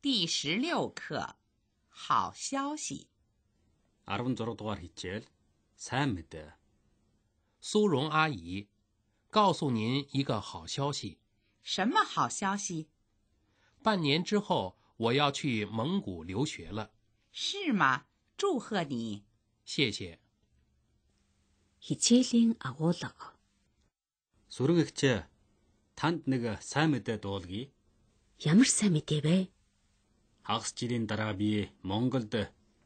第十六课，好消息。 16 дугаар хичээл сайн мэдээ. Су Рун Аи 告诉您一个好消息：什么好消息？半年之后我要去蒙古留学了。是吗？祝贺你！谢谢。 Хичээлийн агуулга. Сүрэн эгчээ. Танд нэг сайн мэдээ дуулгий. Ямар сайн мэдээ вэ? Хагас жилийн дараа би Монголд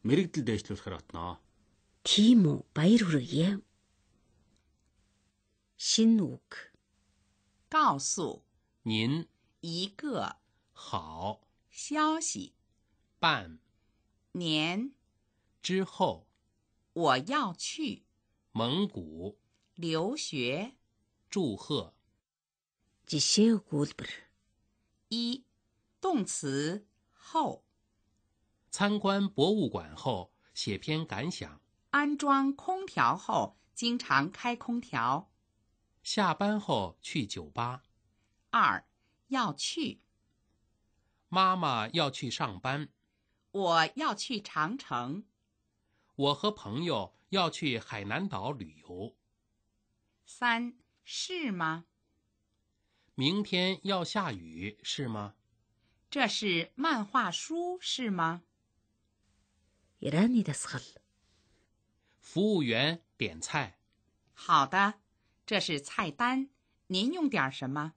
мэрэгдэл дэвшлүүлэхээр отноо. Тийм үү, баяр хүргье. Шин үг. 告诉您一个好消息，半年之后我要去蒙古留学。祝贺。 Жишээ өгүүлбэр. 一，动词后，参观博物馆后写篇感想。安装空调后经常开空调。下班后去酒吧。二，要去，妈妈要去上班，我要去长城。我和朋友要去海南岛旅游。三，是吗？明天要下雨，是吗？这是漫画书是吗？ Ираны дасгал. 服务员点菜。好的，这是菜单，您用点什么？